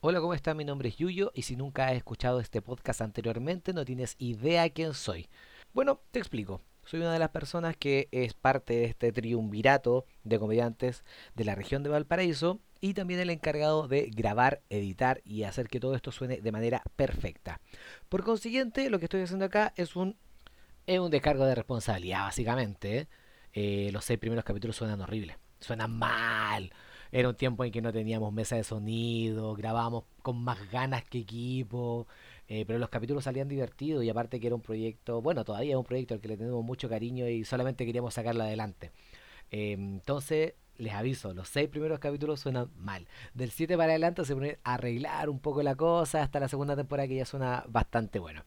Hola, ¿cómo está? Mi nombre es Yuyo y si nunca has escuchado este podcast anteriormente no tienes idea quién soy. Bueno, te explico. Soy una de las personas que es parte de este triunvirato de comediantes de la región de Valparaíso y también el encargado de grabar, editar y hacer que todo esto suene de manera perfecta. Por consiguiente, lo que estoy haciendo acá es un, es un descargo de responsabilidad, básicamente. ¿eh? Eh, los seis primeros capítulos suenan horribles, suenan mal. Era un tiempo en que no teníamos mesa de sonido, grabábamos con más ganas que equipo, eh, pero los capítulos salían divertidos y aparte que era un proyecto, bueno, todavía es un proyecto al que le tenemos mucho cariño y solamente queríamos sacarlo adelante. Eh, entonces, les aviso, los seis primeros capítulos suenan mal. Del 7 para adelante se pone a arreglar un poco la cosa hasta la segunda temporada que ya suena bastante bueno.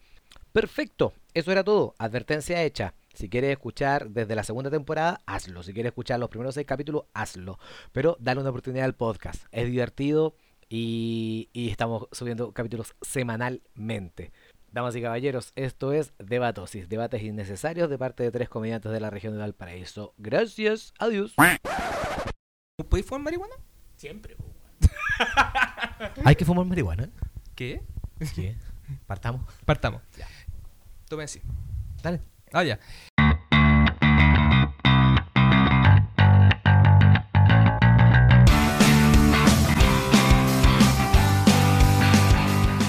Perfecto, eso era todo. Advertencia hecha. Si quieres escuchar desde la segunda temporada, hazlo. Si quieres escuchar los primeros seis capítulos, hazlo. Pero dale una oportunidad al podcast. Es divertido y, y estamos subiendo capítulos semanalmente. Damas y caballeros, esto es Debatosis, debates innecesarios de parte de tres comediantes de la región de Valparaíso. Gracias, adiós. ¿Puedes fumar marihuana? Siempre, po, weón. Hay que fumar marihuana. ¿Qué? ¿Qué? Partamos. Partamos. Tome así. Dale. Ah, ya.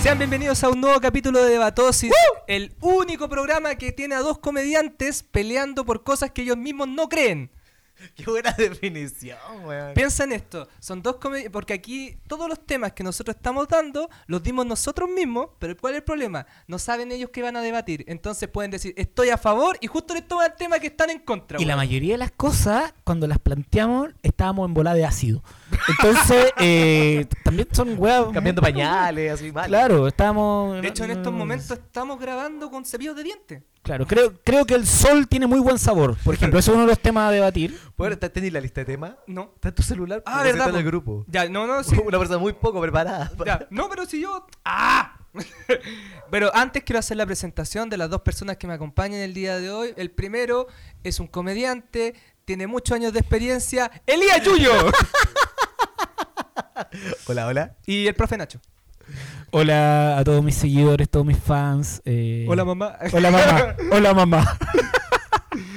Sean bienvenidos a un nuevo capítulo de Debatosis, el único programa que tiene a dos comediantes peleando por cosas que ellos mismos no creen. Qué buena definición, weón. Piensa en esto, son dos comedias, porque aquí todos los temas que nosotros estamos dando los dimos nosotros mismos, pero ¿cuál es el problema? No saben ellos qué van a debatir, entonces pueden decir, estoy a favor y justo les toman el tema que están en contra. Y la weón. mayoría de las cosas, cuando las planteamos, estábamos en bola de ácido. Entonces, eh, también son huevos. Cambiando pañales, así mal. Claro, estábamos... De hecho, en estos Mm, momentos estamos grabando con cepillos de dientes. Claro, creo, creo que el sol tiene muy buen sabor. Por ejemplo, eso es uno de los temas a debatir. Bueno, ¿te- ¿tenés la lista de temas? No. Está en tu celular, Ah, porque verdad, Está en el po. grupo. Ya, no, no, sí. Una persona muy poco preparada. para- Ya, No, pero si yo. ¡Ah! pero antes quiero hacer la presentación de las dos personas que me acompañan el día de hoy. El primero es un comediante, tiene muchos años de experiencia, Elías Yuyo. Hola, hola. y el profe Nacho. Hola a todos mis seguidores, todos mis fans. eh, Hola, mamá. Hola mamá. Hola mamá.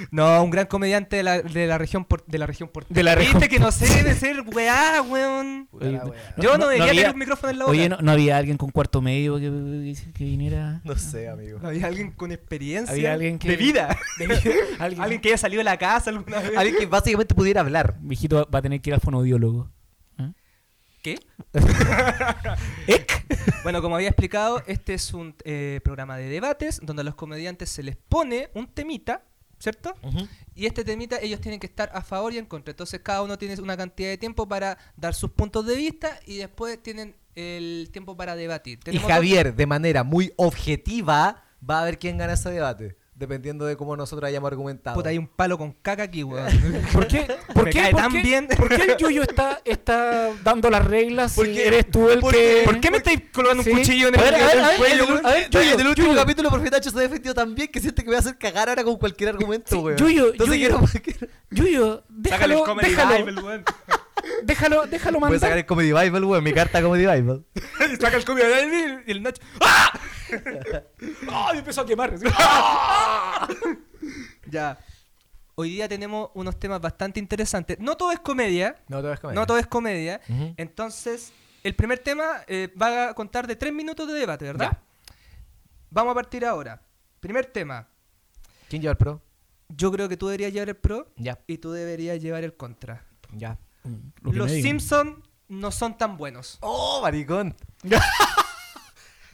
No, un gran comediante de la, de la región por- de la región por- De la región Viste que no se debe ser weá, weón. Oye, Yo no, debería había- tener un micrófono en la boca. Oye, no, no había alguien con cuarto medio que, que- que viniera. No sé, amigo. ¿No había alguien con experiencia? Había alguien que- De vida. Alguien- alguien... que haya salido de la casa alguna vez. Alguien que básicamente pudiera hablar. Mijito va- va a tener que ir al fonodiólogo. ¿Qué? bueno, como había explicado, este es un eh, programa de debates donde a los comediantes se les pone un temita, ¿cierto? Y este temita ellos tienen que estar a favor y en contra. Entonces cada uno tiene una cantidad de tiempo para dar sus puntos de vista y después tienen el tiempo para debatir. Y Tenemos Javier, de manera muy objetiva, va a ver quién gana ese debate. Dependiendo de cómo nosotros hayamos dos- argumentado. Puta, hay un palo con caca aquí, weón. ¿Por qué? ¿Por Me qué? cae ¿Por tan qué? bien. ¿Por qué el Yuyo está, está dando las reglas si ¿Por qué? eres tú el ¿Por que... qué? ¿Por qué me estáis colgando Sí. un cuchillo en A el, ver, a ver, en el a ver, cuello, el- weón? a ver, Oye, Yuyo, en el último Yuyo. capítulo, Profe Nacho se ha defendido tan bien que siente que voy a hacer cagar ahora con cualquier argumento, Sí, weón. Yuyo, Entonces Yuyo. quiero... Yuyo, Sácale el déjalo, Comedy déjalo, Bible, weón. déjalo, déjalo Voy a sacar mandar. el Comedy Bible, weón. Mi carta Comedy Bible. Saca el combi y el Nacho. ¡Ah! ¡Ah! Me empezó a quemar. ¡Ah! ya. Hoy día tenemos unos temas bastante interesantes. No todo es comedia. No te vas a comer. No todo es comedia. Ujú. Entonces, el primer tema eh, va a contar de tres minutos de debate, ¿verdad? Ya. Vamos a partir ahora. Primer tema. ¿Quién lleva el pro? Yo creo que tú deberías llevar el pro Ya, y tú deberías llevar el contra. ya. Lo que Los me digan. Simpsons no son tan buenos. ¡Oh, maricón!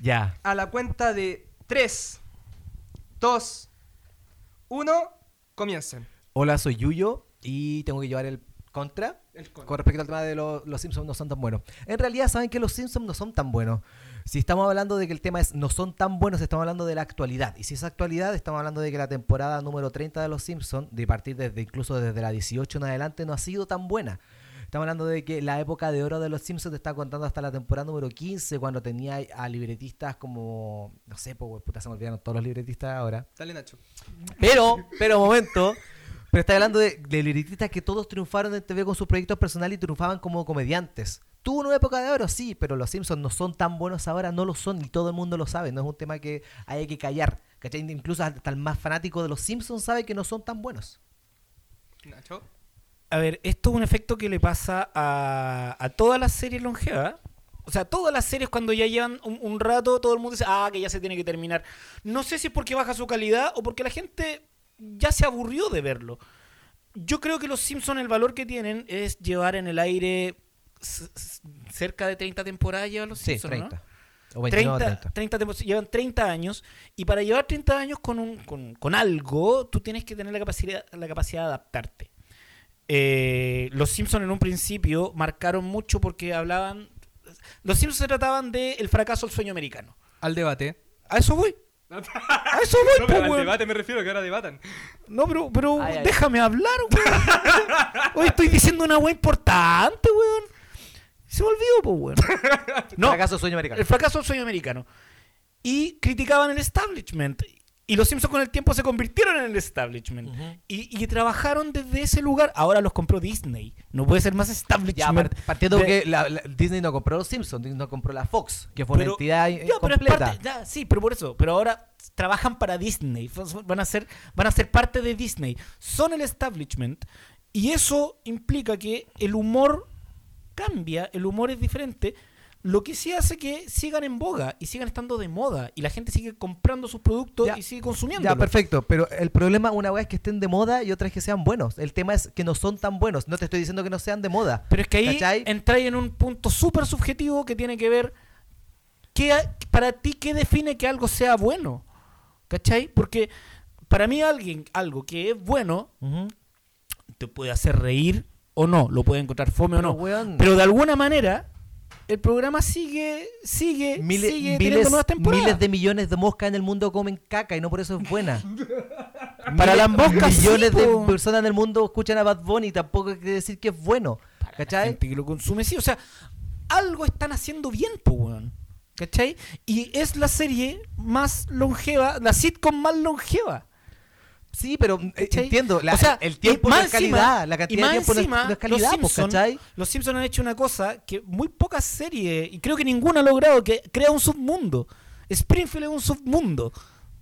ya. a la cuenta de 3, 2, 1, comiencen. Hola, soy Yuyo y tengo que llevar el contra. El contra. Con respecto al tema de lo- los Simpsons no son tan buenos. En realidad, saben que los Simpsons no son tan buenos. Si estamos hablando de que el tema es no son tan buenos, estamos hablando de la actualidad. Y si es actualidad, estamos hablando de que la temporada número 30 de los Simpsons, de partir desde incluso desde la 18 en adelante, no ha sido tan buena. Estamos hablando de que la época de oro de los Simpsons te está contando hasta la temporada número 15, cuando tenía a libretistas como. No sé, po, puta, se me olvidaron todos los libretistas ahora. Dale, Nacho. Pero, pero momento. Pero está hablando de, de libretistas que todos triunfaron en TV con sus proyectos personales y triunfaban como comediantes. Tuvo una época de oro, sí, pero los Simpsons no son tan buenos ahora, no lo son y todo el mundo lo sabe. No es un tema que hay que callar. ¿cachai? Incluso hasta el más fanático de los Simpsons sabe que no son tan buenos. Nacho. A ver, esto es un efecto que le pasa a, a todas las series longevas. O sea, todas las series cuando ya llevan un, un rato, todo el mundo dice, ah, que ya se tiene que terminar. No sé si es porque baja su calidad o porque la gente ya se aburrió de verlo. Yo creo que los Simpsons el valor que tienen es llevar en el aire s- s- cerca de 30 temporadas llevan los Sí, Simpsons, ¿no? 30. O 29, 30. 30 tempos- llevan 30 años y para llevar 30 años con, un- con- con algo, tú tienes que tener la capacidad, la capacidad de adaptarte. Eh, los Simpsons en un principio marcaron mucho porque hablaban... Los Simpsons se trataban de el fracaso del sueño americano. Al debate. A eso voy. A eso voy, No, po, pero al weón. debate me refiero, que ahora debatan. No, pero, pero Ay, ay. déjame hablar, weón. Hoy estoy diciendo una weá importante, weón. Se me olvidó, pues, weón. No, Fracaso sueño americano. el fracaso del sueño americano. Y criticaban el establishment. Y los Simpsons con el tiempo se convirtieron en el establishment. Ujú. y, y trabajaron desde ese lugar. Ahora los compró Disney. No puede ser más Ya, establishment. par- partiendo de- que la- la- Disney no compró los Simpsons, Disney no compró la Fox, que fue Pero- una entidad eh, Ya, pero es completa. parte- ya, sí, pero por eso. Pero ahora trabajan para Disney. Fos- Van a ser, van a ser parte de Disney. Son el establishment. Y eso implica que el humor cambia, el humor es diferente. Lo que sí hace que sigan en boga y sigan estando de moda. Y la gente sigue comprando sus productos Ya. y sigue consumiéndolos. Ya, perfecto. Pero el problema, una weá es que estén de moda y otra es que sean buenos. El tema es que no son tan buenos. No te estoy diciendo que no sean de moda. Pero es que ahí ¿Cachai? entráis en un punto súper subjetivo que tiene que ver qué, a- para ti qué define que algo sea bueno. ¿Cachai? Porque para mí alguien, algo que es bueno, Ujú. te puede hacer reír o no, lo puede encontrar fome o Pero, no. weón, Pero de alguna manera, el programa sigue, sigue, miles- sigue teniendo miles, nuevas temporadas. miles de millones de moscas en el mundo comen caca y no por eso es buena. Para Miles- las moscas, sí, Millones de po. personas en el mundo escuchan a Bad Bunny y tampoco quiere decir que es bueno. ¿Cachai? ¿Cachai? gente que lo consume, sí. O sea, algo están haciendo bien, po, weón. ¿Cachai? Y es la serie más longeva, la sitcom más longeva. Sí, pero eh, ¿Cachai? entiendo. la- o sea, el tiempo y no más es encima- calidad. la y cantidad más de tiempo no es- encima, no es calidad, los po, Simpson, ¿cachai? Los Simpsons han hecho una cosa que muy pocas series, y creo que ninguna ha logrado, que crea un submundo. Springfield es un submundo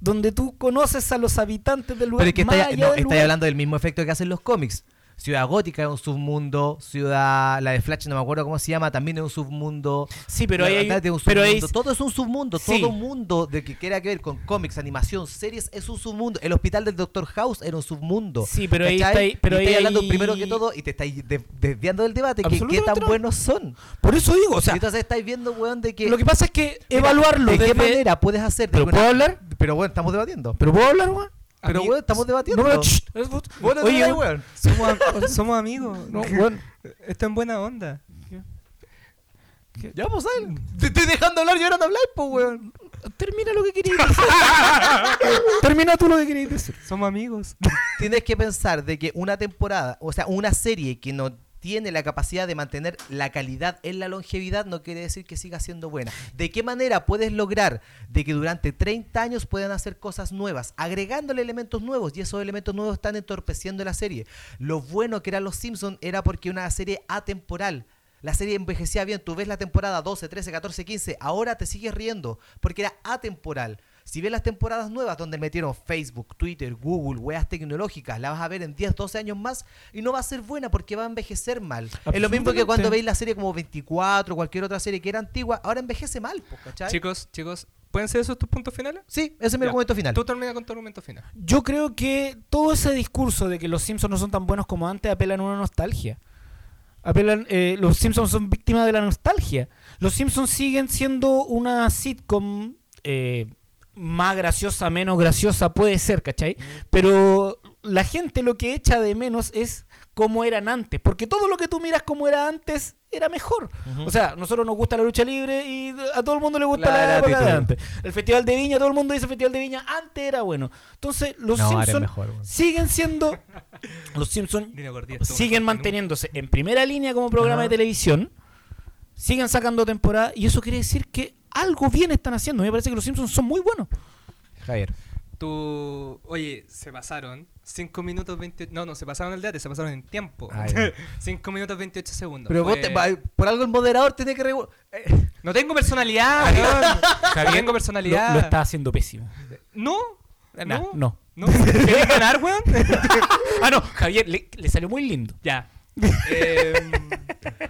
donde tú conoces a los habitantes del lugar. Pero es que más estáis allá no, del estáis lugar. hablando del mismo efecto que hacen los cómics. Ciudad Gótica es un submundo, Ciudad... La de Flash, no me acuerdo cómo se llama, también es un submundo. Sí, pero La ahí hay, verdad es un pero ahí- submundo. Todo es un submundo, Sí. todo mundo de que quiera que ver con cómics, animación, series, es un submundo. El hospital del Doctor House era un submundo. Sí, pero ahí ¿cachai? está- pero Y ahí estáis hablando hay- primero que todo y te estáis de- desviando del debate, que qué tan Absolutamente no. buenos son. Por eso digo, o sea, y entonces estáis viendo, weón, de que... lo que pasa es que Mira, evaluarlo ¿De qué desde- manera puedes hacer? de ¿Pero que una- puedo hablar? Pero bueno, estamos debatiendo. ¿Pero puedo hablar, weón? Pero Ami- bueno, estamos debatiendo. No, pero, shh, es justo. Vos no te Oye, hagas, weón, weón. Somos, am- somos amigos. no, weón, Esto en buena onda. Ya, pues, sal. Mm. Te estoy dejando hablar y ahora no habláis, pues, weón. termina lo que querías decir. termina tú lo que querías decir. Somos amigos. Tienes que pensar de que una temporada, o sea, una serie que no tiene la capacidad de mantener la calidad en la longevidad no quiere decir que siga siendo buena. ¿De qué manera puedes lograr de que durante 30 años puedan hacer cosas nuevas, agregándole elementos nuevos y esos elementos nuevos están entorpeciendo la serie? Lo bueno que eran Los Simpsons era porque una serie atemporal. La serie envejecía bien, tú ves la temporada 12, 13, 14, 15, ahora te sigues riendo porque era atemporal. Si ves las temporadas nuevas donde metieron Facebook, Twitter, Google, weas tecnológicas, la vas a ver en 10, 12 años más y no va a ser buena porque va a envejecer mal. Es lo mismo que Absolutamente. cuando veis la serie como 24, cualquier otra serie que era antigua, ahora envejece mal, po, ¿cachai? Chicos, chicos, ¿pueden ser esos tus puntos finales? Sí, ese es mi Ya. argumento final. Tú termina con tu argumento final. Yo creo que todo ese discurso de que los Simpsons no son tan buenos como antes apelan a una nostalgia. Apelan, eh, los Simpsons son víctimas de la nostalgia. Los Simpsons siguen siendo una sitcom eh, más graciosa, menos graciosa, puede ser, ¿cachai? Pero la gente lo que echa de menos es cómo eran antes. Porque todo lo que tú miras como era antes era mejor. O sea, nosotros nos gusta la lucha libre y a todo el mundo le gusta La la, era época de título. antes. El Festival de Viña, todo el mundo dice el Festival de Viña, antes era bueno. Entonces, los No, ahora es Simpsons mejor, weón. siguen siendo... los Simpsons Dino Gordillo estuvo siguen en- manteniéndose en primera línea como programa Ajá. de televisión, siguen sacando temporada y eso quiere decir que algo bien están haciendo. Me parece que los Simpsons son muy buenos. Javier. Tú, oye, se pasaron 5 minutos 28, no, no, se pasaron el debate, se pasaron en tiempo. Ah, ya. 5 minutos 28 segundos. Pero vos Fue- te- pa- por algo el moderador tiene que... regu- eh, No tengo personalidad, weón. No tengo Lo, personalidad. lo está haciendo pésimo. No, Nah, no, no. no. ¿Querés ganar, weón? Ah, no, Javier, le, le salió muy lindo. ya. Em,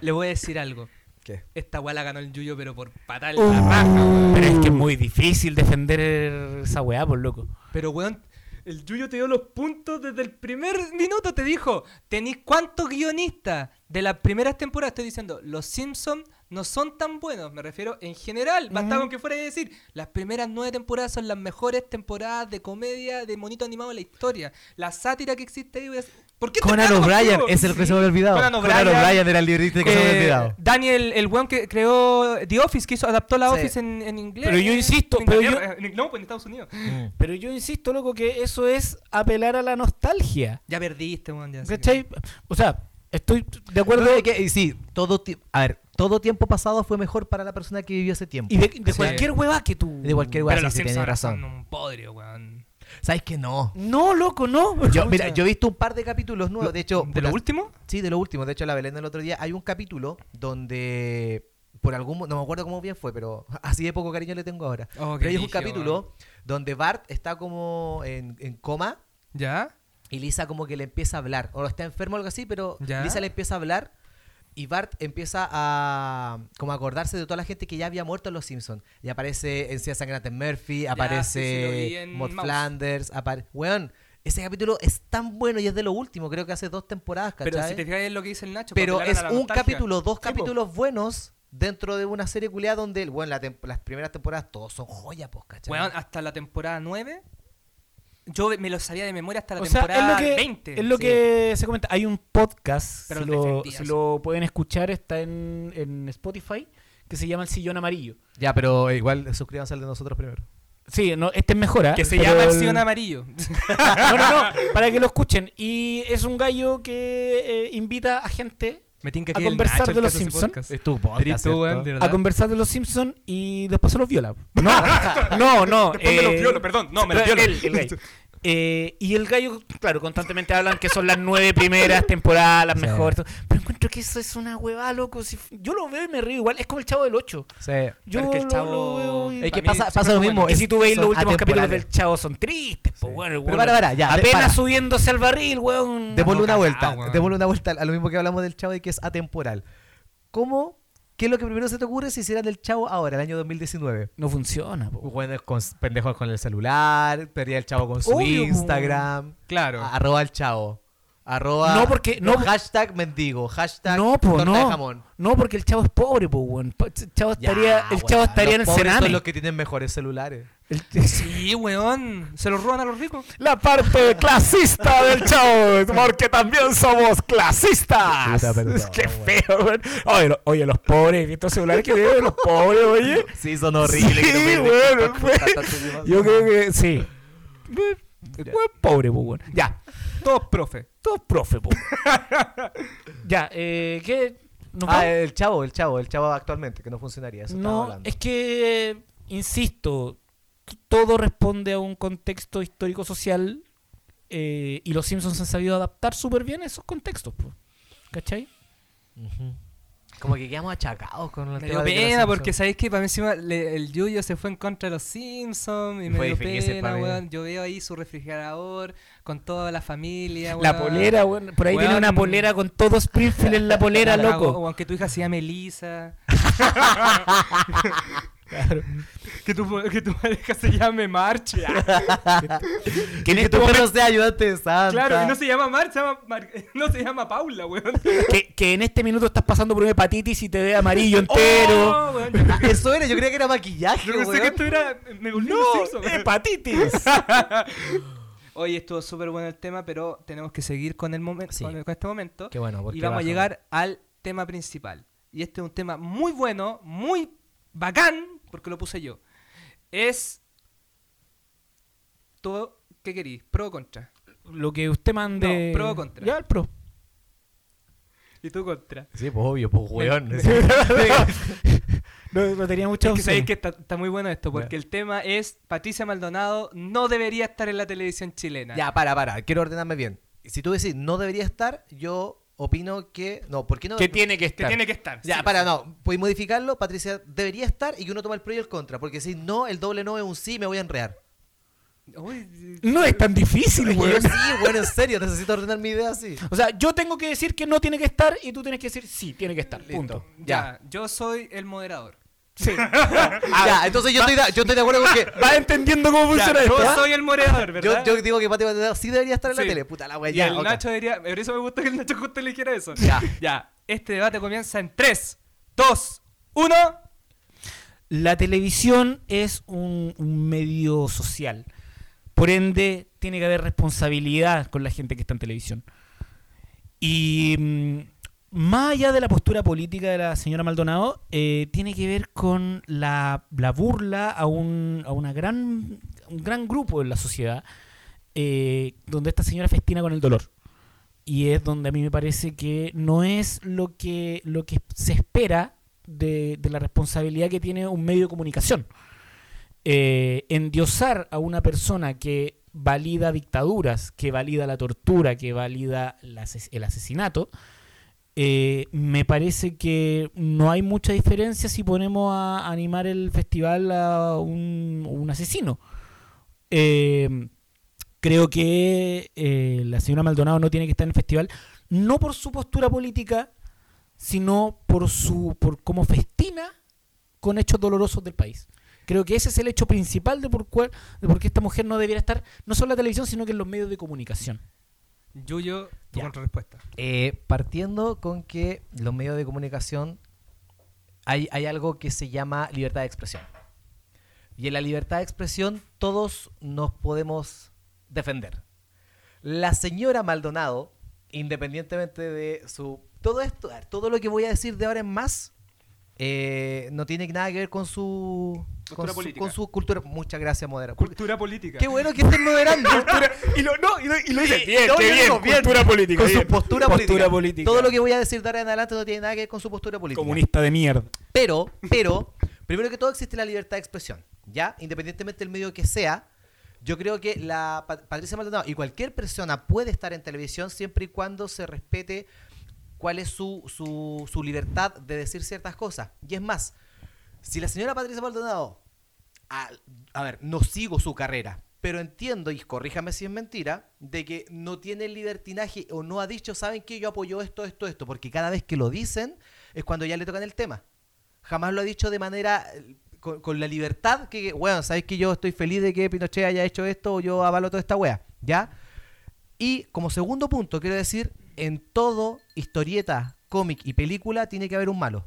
le voy a decir algo. ¿Qué? Uh. Esta guala ganó el Yuyo, pero por patar la raja, weón. Pero es que es muy difícil defender esa weá, por loco. Pero, weón, el Yuyo te dio los puntos desde el primer minuto. Te dijo, ¿tenéis cuántos guionistas de las primeras temporadas? Estoy diciendo, los Simpsons no son tan buenos. Me refiero en general. Basta Ujú. con que fuera a decir, las primeras nueve temporadas son las mejores temporadas de comedia de monito animado de la historia. La sátira que existe ahí. weón. ¿Por qué te Conan trato O'Brien contigo? es el que se me había olvidado. Conan Conan O'Brien. O'Brien era el librista que se me había Eh, olvidado. Daniel, el weón que creó The Office, que hizo, adaptó la Sí. Office en, en inglés. Pero yo insisto, En pero yo- Inglaterra, en- no, pues en Estados Unidos. Pero yo insisto, loco, que eso es apelar a la nostalgia. Ya perdiste, weón. Ya, así que- ¿Cachai? O sea, estoy de acuerdo. Recuerdo que, y sí, todo, ti- a ver, todo tiempo pasado fue mejor para la persona que vivió ese tiempo. Y de, de Sí. cualquier hueva que tú. De Pero cualquier hueá, sí, los sí, tenés Simpsons ahora razón. son un podrio, weón. ¿Sabes que no? No, loco, no. Yo, mira, yo he visto un par de capítulos nuevos. De hecho, ¿De lo puta, último? Sí, de lo último. De hecho, la Belén el otro día hay un capítulo donde por algún mo- no me acuerdo cómo bien fue, pero así de poco cariño le tengo ahora. Oh, qué pero hay un brígido, capítulo donde Bart está como en, en coma ¿Ya? y Lisa como que le empieza a hablar o está enfermo o algo así, pero Ya. Lisa le empieza a hablar y Bart empieza a como a acordarse de toda la gente que ya había muerto en Los Simpsons. Y aparece Encía Sangrante Murphy, sí, sí, lo vi aparece en Maud Mouse. Flanders, apare- weón, ese capítulo es tan bueno y es de lo último, creo que hace dos temporadas, ¿cachai? Pero si te fijas en lo que dice el Nacho. Pero apelar a es la un nostalgia. capítulo, dos Sí, po. capítulos buenos dentro de una serie culiada donde, bueno, la tem- las primeras temporadas todos son joyas, pues, ¿cachai? Weón, ah. hasta la temporada 9. Yo me lo sabía de memoria hasta la O sea, es temporada lo, que, 20. es lo sí. que se comenta. Hay un podcast, Pero si lo lo, defendías. si lo pueden escuchar, está en, en Spotify, que se llama El Sillón Amarillo. Ya, pero eh, igual suscríbanse al de nosotros primero. Sí, no, este es mejor, ¿ah? Que se Pero llama El el- Sion Amarillo. No, no, no, para que lo escuchen. Y es un gallo que eh, invita a gente me tinca A que el conversar Nacho el de que los hace ese Simpsons. podcast. Es tu Eres podcast. tú, weón, de a verdad. conversar de los Simpsons y después se los viola. No, no, no. Después me los violo, Eh, perdón. No, me los violo. él, el gallo. Eh, y el gallo, claro, constantemente hablan que son las nueve primeras temporadas, las Sí. mejores. todo. Pero encuentro que eso es una huevada, loco. Si f- yo lo veo y me río igual. Es como el chavo del 8. Yo Pero es que el lo- Chavo- lo veo y- Es Para que mí pasa, siempre pasa lo fue mismo. bueno. Y es- si tú veis los son últimos capítulos atemporales. del Chavo, son tristes. Pues, Sí. bueno, el Pero weón para, para, ya, de- apenas para. subiéndose al barril, weón. Mm. Démosle No, una cagá, vuelta, weón. démosle una vuelta a lo mismo que hablamos del chavo y que es atemporal. ¿Cómo? ¿Qué es lo que primero se te ocurre si hicieran el chavo ahora, el año 2019? No funciona, po. Bueno, con, pendejos con el celular, perdía el chavo con su Obvio, po. Instagram. Claro. A- Arroba el chavo. Arroba. No, porque- no, po- hashtag mendigo. Hashtag No, po, torta no. de jamón. No, porque el chavo es pobre, po, weón. Pa- ch- Chavo Ya, estaría, el weón, chavo estaría en los el pobres Sename. Son los que tienen mejores celulares. Sí, weón. Se los roban a los ricos. La parte clasista del chavo, porque también somos clasistas. Puta, perdón, Qué weón. feo, weón. Oye, lo- oye, los pobres, estos celulares que viven los pobres, oye. Sí, son horribles. Sí, que no pierden weón, contacto fue- con tantas personas. Yo creo que sí. Eh, Ya. weón, Pobre, po, weón. Ya, Todos profe. todos profe, po. ya, eh, ¿qué? ¿Nos Ah, vamos? el chavo, el chavo, el chavo actualmente, que no funcionaría. Eso estaba No, hablando. es que, eh, insisto, t- todo responde a un contexto histórico-social eh, y los Simpsons han sabido adaptar súper bien a esos contextos. po. ¿Cachai? Ujú. Como que quedamos achacados con el Me tema dio de que los pena porque Simpsons- sabéis que para mí encima le- el Yuyo se fue en contra de los Simpsons y me Fue dio difícil pena, para mí. weón. Yo veo ahí su refrigerador con toda la familia, La weón. polera, weón. Por ahí tiene Weón. una polera con todo Springfield en la polera, Cagó, loco. O aunque tu hija se llame Lisa. Que tu, que tu pareja se llame March. Ah, Que en Que este tu perro momento- sea ayudante de Santa. claro, y no se llama March, se llama Mar- no se llama Paula, weón. que- que en este minuto estás pasando por una hepatitis y te ve amarillo entero. Oh, weón, yo Ah, Eso era, yo creía que era maquillaje, yo pensé weón. que esto era. Me volví los ¡No! Simpsons, weón. ¡Hepatitis! Hoy estuvo súper bueno el tema, pero tenemos que seguir con, el momen- Sí. con, el- con este momento. Qué bueno, porque y vamos baja. a llegar al tema principal. Y este es un tema muy bueno, muy bacán, porque lo puse yo. Es. Todo, ¿Qué querís? ¿Pro o contra? Lo que usted mande. No, pro o contra. Ya, el pro. Y tú contra. Sí, pues obvio, pues weón. No, no tenía mucha Es que sabéis opción. que está, está muy bueno esto, porque Ya. el tema es Patricia Maldonado no debería estar en la televisión chilena. Ya, para, para, quiero ordenarme bien. Si tú decís no debería estar, yo opino que. No, ¿por qué no? Que tiene que Que estar. tiene que estar. Ya, sí. para, no. Podéis modificarlo, Patricia, debería estar y que uno toma el pro y el contra. Porque si no, el doble no es un sí, me voy a enrear. Uy, No es tan difícil, Y yo, weón. sí, bueno, en serio, necesito ordenar mi idea así. O sea, yo tengo que decir que no tiene que estar y tú tienes que decir sí, tiene que estar. Listo. Punto. ya, yo soy el moderador. Sí. Ah, ya, entonces yo estoy, de- yo estoy de acuerdo con que. ¿Vas entendiendo cómo Ya, funciona yo esto? ah? soy el moderador, Yo, ¿verdad? yo digo que Pati Maldonado sí debería estar en la Sí. tele. Puta la wea, y ya. el ok. Nacho diría, por eso me gusta que el Nacho justo le dijera eso. Ya. ya. Este debate comienza en 3, 2, 1. La televisión es un, un medio social. Por ende, tiene que haber responsabilidad con la gente que está en televisión. Y mm, más allá de la postura política de la señora Maldonado, eh, tiene que ver con la, la burla a, un, a una gran, un gran grupo en la sociedad, eh, donde esta señora festina con el dolor. Y es donde a mí me parece que no es lo que, lo que se espera de, de la responsabilidad que tiene un medio de comunicación. Eh, endiosar a una persona que valida dictaduras, que valida la tortura, que valida la ases- el asesinato, eh, me parece que no hay mucha diferencia si ponemos a animar el festival a un, un asesino. Eh, creo que eh, la señora Maldonado no tiene que estar en el festival, no por su postura política, sino por su por cómo festina con hechos dolorosos del país. Creo que ese es el hecho principal de por cuál de por qué esta mujer no debiera estar no solo en la televisión, sino que en los medios de comunicación. Yuyo, tu Ya. contrarrespuesta. Eh, partiendo con que los medios de comunicación hay, hay algo que se llama libertad de expresión. Y en la libertad de expresión todos nos podemos defender. La señora Maldonado, independientemente de su... Todo esto, todo lo que voy a decir de ahora en más, eh, no tiene nada que ver con su... Con Cultura su, política. con su cultura. Muchas gracias, Modera. Cultura política. Qué bueno que estés moderando. Y lo, no, y lo, dices bien, qué bien, cultura política. con su postura, política. Todo lo que voy a decir de ahora en adelante no tiene nada que ver con su postura política. comunista de mierda. Pero, pero, primero que todo existe la libertad de expresión, ¿ya? Independientemente del medio que sea, yo creo que la Pat- Patricia Maldonado y cualquier persona puede estar en televisión siempre y cuando se respete cuál es su, su, su libertad de decir ciertas cosas. Y es más, si la señora Patricia Maldonado, a, a ver, no sigo su carrera, pero entiendo, y corríjame si es mentira, de que no tiene libertinaje o no ha dicho, ¿saben qué? Yo apoyo esto, esto, esto, porque cada vez que lo dicen es cuando ya le tocan el tema. Jamás lo ha dicho de manera, eh, con, con la libertad que, bueno, ¿sabéis que yo estoy feliz de que Pinochet haya hecho esto o yo avalo toda esta wea? ¿Ya? Y como segundo punto, quiero decir, en todo historieta, cómic y película tiene que haber un malo.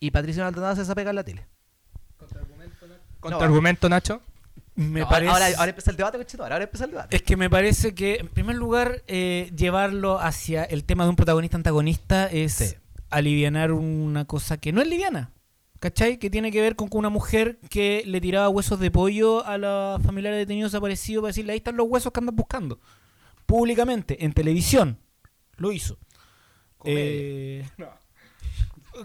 Y Patricio Maldonado se sabe en la tele. Contraargumento, Nacho. Me No, parece ahora, ahora empieza el debate, cochino, ahora empieza el debate. Es que me parece que, en primer lugar, eh, llevarlo hacia el tema de un protagonista antagonista es Sí. alivianar una cosa que no es liviana. ¿Cachai? Que tiene que ver con que una mujer que le tiraba huesos de pollo a los familiares detenidos desaparecidos para decirle, ahí están los huesos que andan buscando. Públicamente, en televisión. Lo hizo. Eh,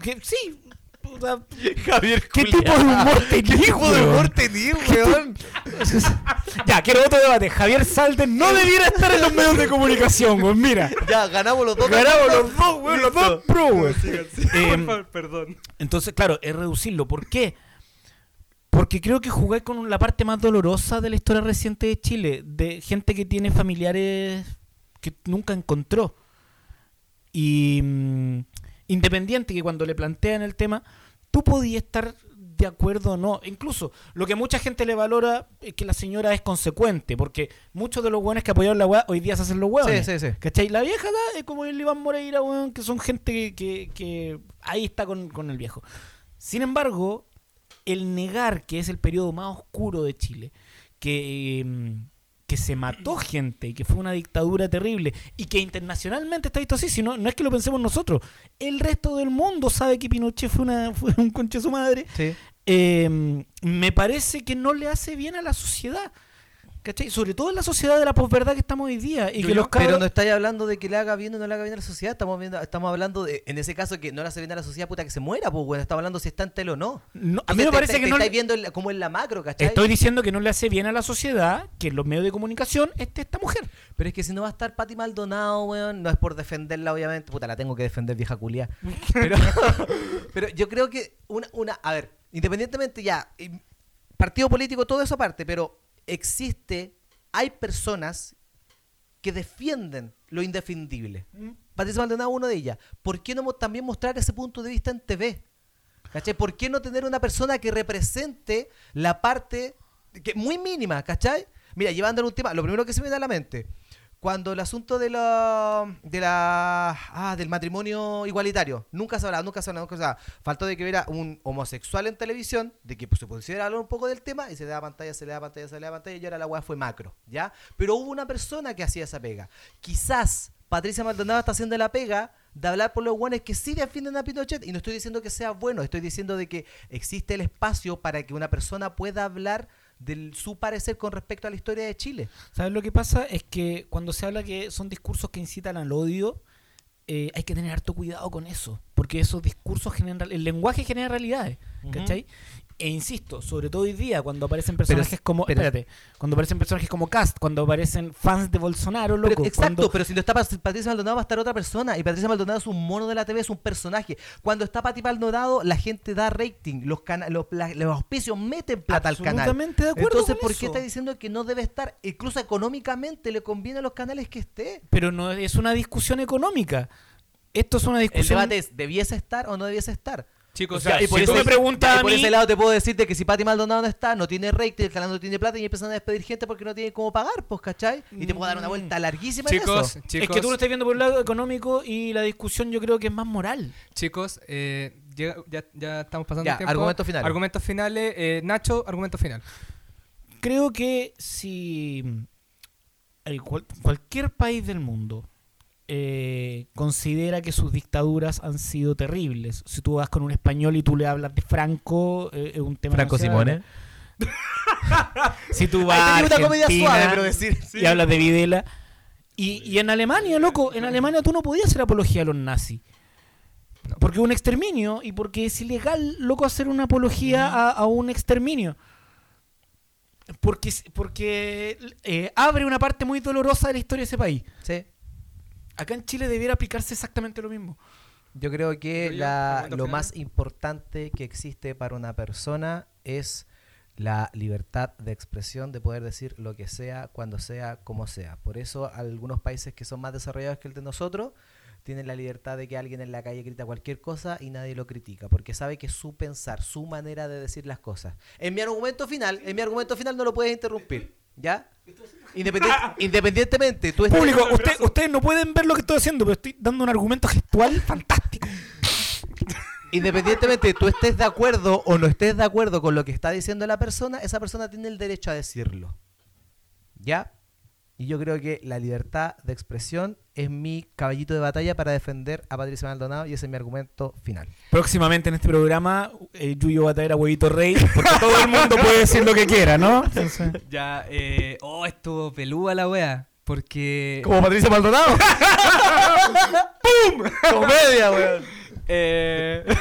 que- sí. o sea, Javier ¿Qué tipo de humor tenía, weón? tenía, weón? Ya, quiero otro debate. Javier Salden no debiera estar en los medios de comunicación, güey. Mira. Ya, ganamos los dos. Ganamos los dos, güey, los Listo. dos pro, güey. Por Em, favor, perdón. entonces, claro, es reducirlo. ¿Por qué? Porque creo que jugáis con la parte más dolorosa de la historia reciente de Chile, de gente que tiene familiares que nunca encontró. Y mm, independiente que cuando le plantean el tema, tú podías estar de acuerdo o no. Incluso lo que mucha gente le valora es que la señora es consecuente, porque muchos de los hueones que apoyaron la hueá hoy día se hacen los hueones. Sí, sí, sí. ¿Cachai? La vieja da, es como el Iván Moreira, weón, que son gente que, que- que ahí está con, con el viejo. Sin embargo, el negar que es el periodo más oscuro de Chile, que, mm, que se mató gente, y que fue una dictadura terrible y que internacionalmente está visto así, sino, no es que lo pensemos nosotros, el resto del mundo sabe que Pinochet fue, una, fue un conche su madre, em, Sí. eh, me parece que no le hace bien a la sociedad. ¿Cachai? Sobre todo en la sociedad de la posverdad que estamos hoy día. Y Yo- yo- que los cabros... Pero no estáis hablando de que le haga bien o no le haga bien a la sociedad. Estamos, viendo, estamos hablando, de, en ese caso, que no le hace bien a la sociedad, puta, que se muera, pues, weón. Estamos hablando si está en tele o no. No, a Entonces, mí me te- parece te- que te no... estáis viendo en la- como en la macro, ¿cachai? Estoy diciendo que no le hace bien a la sociedad que en los medios de comunicación esté esta mujer. Pero es que si no va a estar Pati Maldonado, weón, no es por defenderla, obviamente. Puta, la tengo que defender, vieja culia. Pero, pero yo creo que una, una, a ver, independientemente ya, y partido político, todo eso aparte, pero existe, hay personas que defienden lo indefendible. Patricia Maldonado es una de ellas. ¿Por qué no mo- también mostrar ese punto de vista en TV? ¿Cachai? ¿Por qué no tener una persona que represente la parte que muy mínima, ¿cachai? Mira, llevándole un tema, lo primero que se me da a la mente, cuando el asunto de la, de la ah, del matrimonio igualitario, nunca se hablaba, nunca se hablaba, nunca se hablaba. Faltó de que hubiera un homosexual en televisión, de que pues, se pudiera hablar un poco del tema y se le da pantalla, se le da pantalla, se le da pantalla y ahora la weá fue macro, ¿ya? Pero hubo una persona que hacía esa pega. Quizás Patricia Maldonado está haciendo la pega de hablar por los guanes que sí defienden a Pinochet. Y no estoy diciendo que sea bueno, estoy diciendo de que existe el espacio para que una persona pueda hablar de su parecer con respecto a la historia de Chile. ¿Sabes lo que pasa? Es que cuando se habla que son discursos que incitan al odio, eh, hay que tener harto cuidado con eso. Porque esos discursos generan. real- El lenguaje genera realidades. Ujú. ¿Cachai? E insisto, sobre todo hoy día, cuando aparecen Pero- personajes como. pero- espérate. Cuando aparecen personajes como Cast, cuando aparecen fans de Bolsonaro, loco. Pero- exacto, cuando- pero si no está Pat- Patricia Maldonado va a estar otra persona. Y Patricia Maldonado es un mono de la TV, es un personaje. Cuando está Pati Maldonado, la gente da rating, los, cana- los, pla- los auspicios meten plata al canal. Absolutamente de acuerdo. Entonces, con ¿por eso. qué está diciendo que no debe estar? Incluso económicamente le conviene a los canales que esté. Pero no es una discusión económica. Esto es una El discusión. debate es, ¿debiese estar o no debiese estar? Chicos, O sea, sí, y por sí, eso sí. me preguntas y a por mí- ese lado te puedo decirte que si Pati Maldonado no está, no tiene rating, el canal no tiene plata y empiezan a despedir gente porque no tienen cómo pagar, pues, ¿cachai? Y te puedo dar una vuelta larguísima en Chicos, eso. chicos, Es que tú lo estás viendo por el lado económico y la discusión yo creo que es más moral. chicos, eh, llega- ya, ya estamos pasando Ya, el tiempo. argumentos finales. Argumentos finales. eh, Nacho, argumento final. Creo que si el cual- cualquier país del mundo eh, considera que sus dictaduras han sido terribles, si tú vas con un español y tú le hablas de Franco, eh, es un tema... nacional. Si tú vas... a Ahí tenía una comedia Argentina suave, pero decir. Y hablas de Videla. Y, y en Alemania, loco, en Alemania tú no podías hacer apología a los nazis. No. Porque es un exterminio y porque es ilegal, loco, hacer una apología a, a un exterminio. Porque, es- porque eh, abre una parte muy dolorosa de la historia de ese país. Sí. Acá en Chile debiera aplicarse exactamente lo mismo. Yo creo que Yo, yo, la- argumentos lo finales. más importante que existe para una persona es la libertad de expresión, de poder decir lo que sea, cuando sea, como sea. Por eso algunos países que son más desarrollados que el de nosotros tienen la libertad de que alguien en la calle grita cualquier cosa y nadie lo critica, porque sabe que es su pensar, su manera de decir las cosas. En mi argumento final, en mi argumento final no lo puedes interrumpir, ¿ya? Independi- independientemente, tú estés- Público, usted- ustedes no pueden ver lo que estoy haciendo, pero estoy dando un argumento gestual fantástico. Independientemente tú estés de acuerdo o no estés de acuerdo con lo que está diciendo la persona, esa persona tiene el derecho a decirlo. ¿Ya? Y yo creo que la libertad de expresión es mi caballito de batalla para defender a Patricia Maldonado y ese es mi argumento final. Próximamente en este programa, eh, Yuyo va a traer a Huevito Rey, porque todo el mundo puede decir lo que quiera, ¿no? Entonces- Ya, eh, oh, estuvo pelúa la wea. Porque. Como Patricia Maldonado. ¡Comedia, weón! Eh,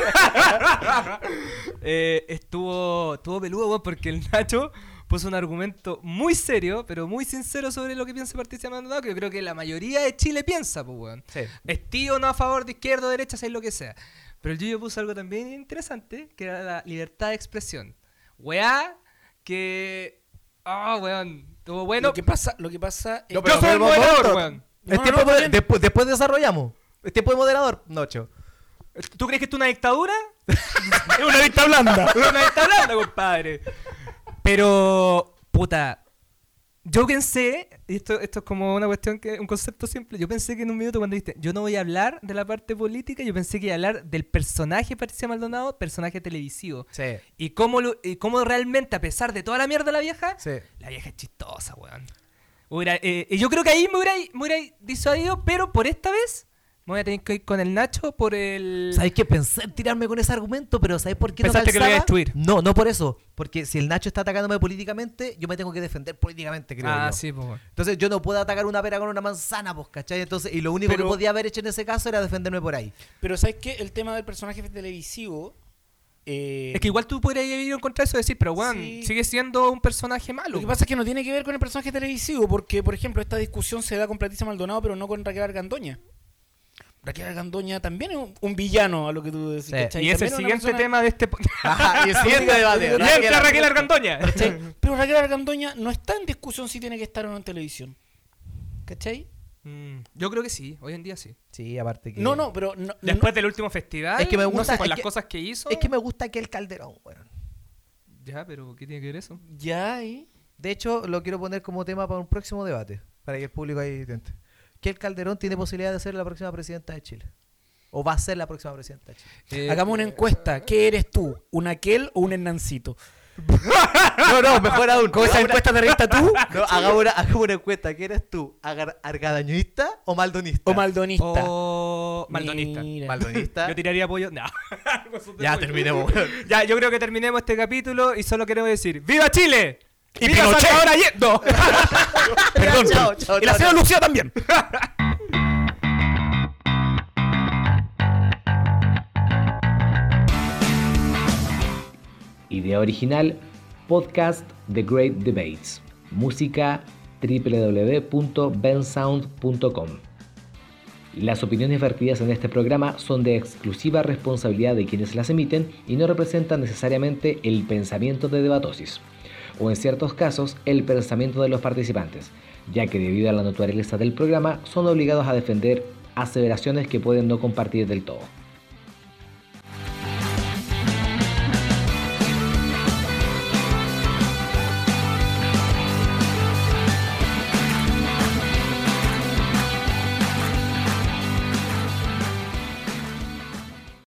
eh, estuvo, estuvo peludo, weón, porque el Nacho puso un argumento muy serio, pero muy sincero sobre lo que piensa Patricia Maldonado, que yo creo que la mayoría de Chile piensa, pues, weón. Sí. Estío no a favor de izquierda o derecha, sea lo que sea. Pero el Yuyo puso algo también interesante, que era la libertad de expresión. Weá, que... Ah, weón, estuvo bueno. lo que pasa, lo que pasa es Yo que- soy el moderador, weón. No, Es tiempo no, de- está bien. despu- después desarrollamos. Es tiempo de moderador, Nocho. ¿Tú crees que esto es una dictadura? es una vista blanda. Pero nadie está hablando, compadre. Pero, puta, yo pensé, y esto, esto es como una cuestión que, un concepto simple, yo pensé que en un minuto cuando dijiste, yo no voy a hablar de la parte política, yo pensé que iba a hablar del personaje Patricia Maldonado, personaje televisivo. Sí, Y cómo, lo- y cómo realmente, a pesar de toda la mierda de la vieja, sí. la vieja es chistosa, weón. Hubiera- eh, y yo creo que ahí me hubiera, me hubiera disuadido, pero por esta vez Me voy a tener que ir con el Nacho por el. ¿Sabéis qué? Pensé en tirarme con ese argumento, pero ¿sabéis por qué Pensaste no que lo iba a calzaba? destruir. No, no por eso. Porque si el Nacho está atacándome políticamente, yo me tengo que defender políticamente, creo ah, yo. sí, pues. bueno. Entonces yo no puedo atacar una pera con una manzana, pues, ¿cachai? Entonces, y lo único Pero- que podía haber hecho en ese caso era defenderme por ahí. Pero ¿sabes qué? El tema del personaje televisivo... eh, Es que igual tú podrías ir contra eso y decir, pero weón, Sí. sigue siendo un personaje malo. Lo que pasa es que no tiene que ver con el personaje televisivo, porque, por ejemplo, esta discusión se da con Patricia Maldonado, pero no con Raquel Argandoña. Raquel Argandoña también es un, un villano, a lo que tú decís. Sí. ¿cachai? y es el También una siguiente persona- tema de este. po- Ajá, y el siguiente debate. y entra Raquel Argandoña. ¿cachai? Pero Raquel Argandoña no está en discusión si tiene que estar o no en televisión. ¿Cachai? Mm, yo creo que sí, hoy en día sí. Sí, aparte que... No, no, pero... no- Después del último festival, Es que me no gusta- sé, con es las que- cosas que hizo. Es que me gusta que el Calderón, weón. Ya, pero ¿qué tiene que ver eso? no- ya, ahí. De hecho, lo quiero poner como tema para un próximo debate, para que el público ahí intente. Que el Calderón tiene posibilidad de ser la próxima presidenta de Chile. O va a ser la próxima presidenta de Chile. Eh, Hagamos una encuesta. ¿Qué eres tú? ¿Un aquel o un hernancito? No, no, mejor aún. ¿Con esa encuesta de revista tú No, hagamos una, hagamos una encuesta. ¿Quién eres tú? ¿Agar- ¿Argadañista o maldonista? o maldonista? Oh. o- Maldonista. Mira. maldonista. Yo tiraría apoyo. No. ya terminemos. weón. Ya, yo creo que terminemos este capítulo y solo queremos decir ¡Viva Chile! Y ¡Viva Pinochet! Salvador Allende! No. Perdón. Chao, chao, y la chao, señora Lucía también. Idea original, podcast The Great Debates. Música www.bensound.com. Las opiniones vertidas en este programa son de exclusiva responsabilidad de quienes las emiten y no representan necesariamente el pensamiento de Debatosis, o en ciertos casos el pensamiento de los participantes, ya que debido a la naturaleza del programa son obligados a defender aseveraciones que pueden no compartir del todo.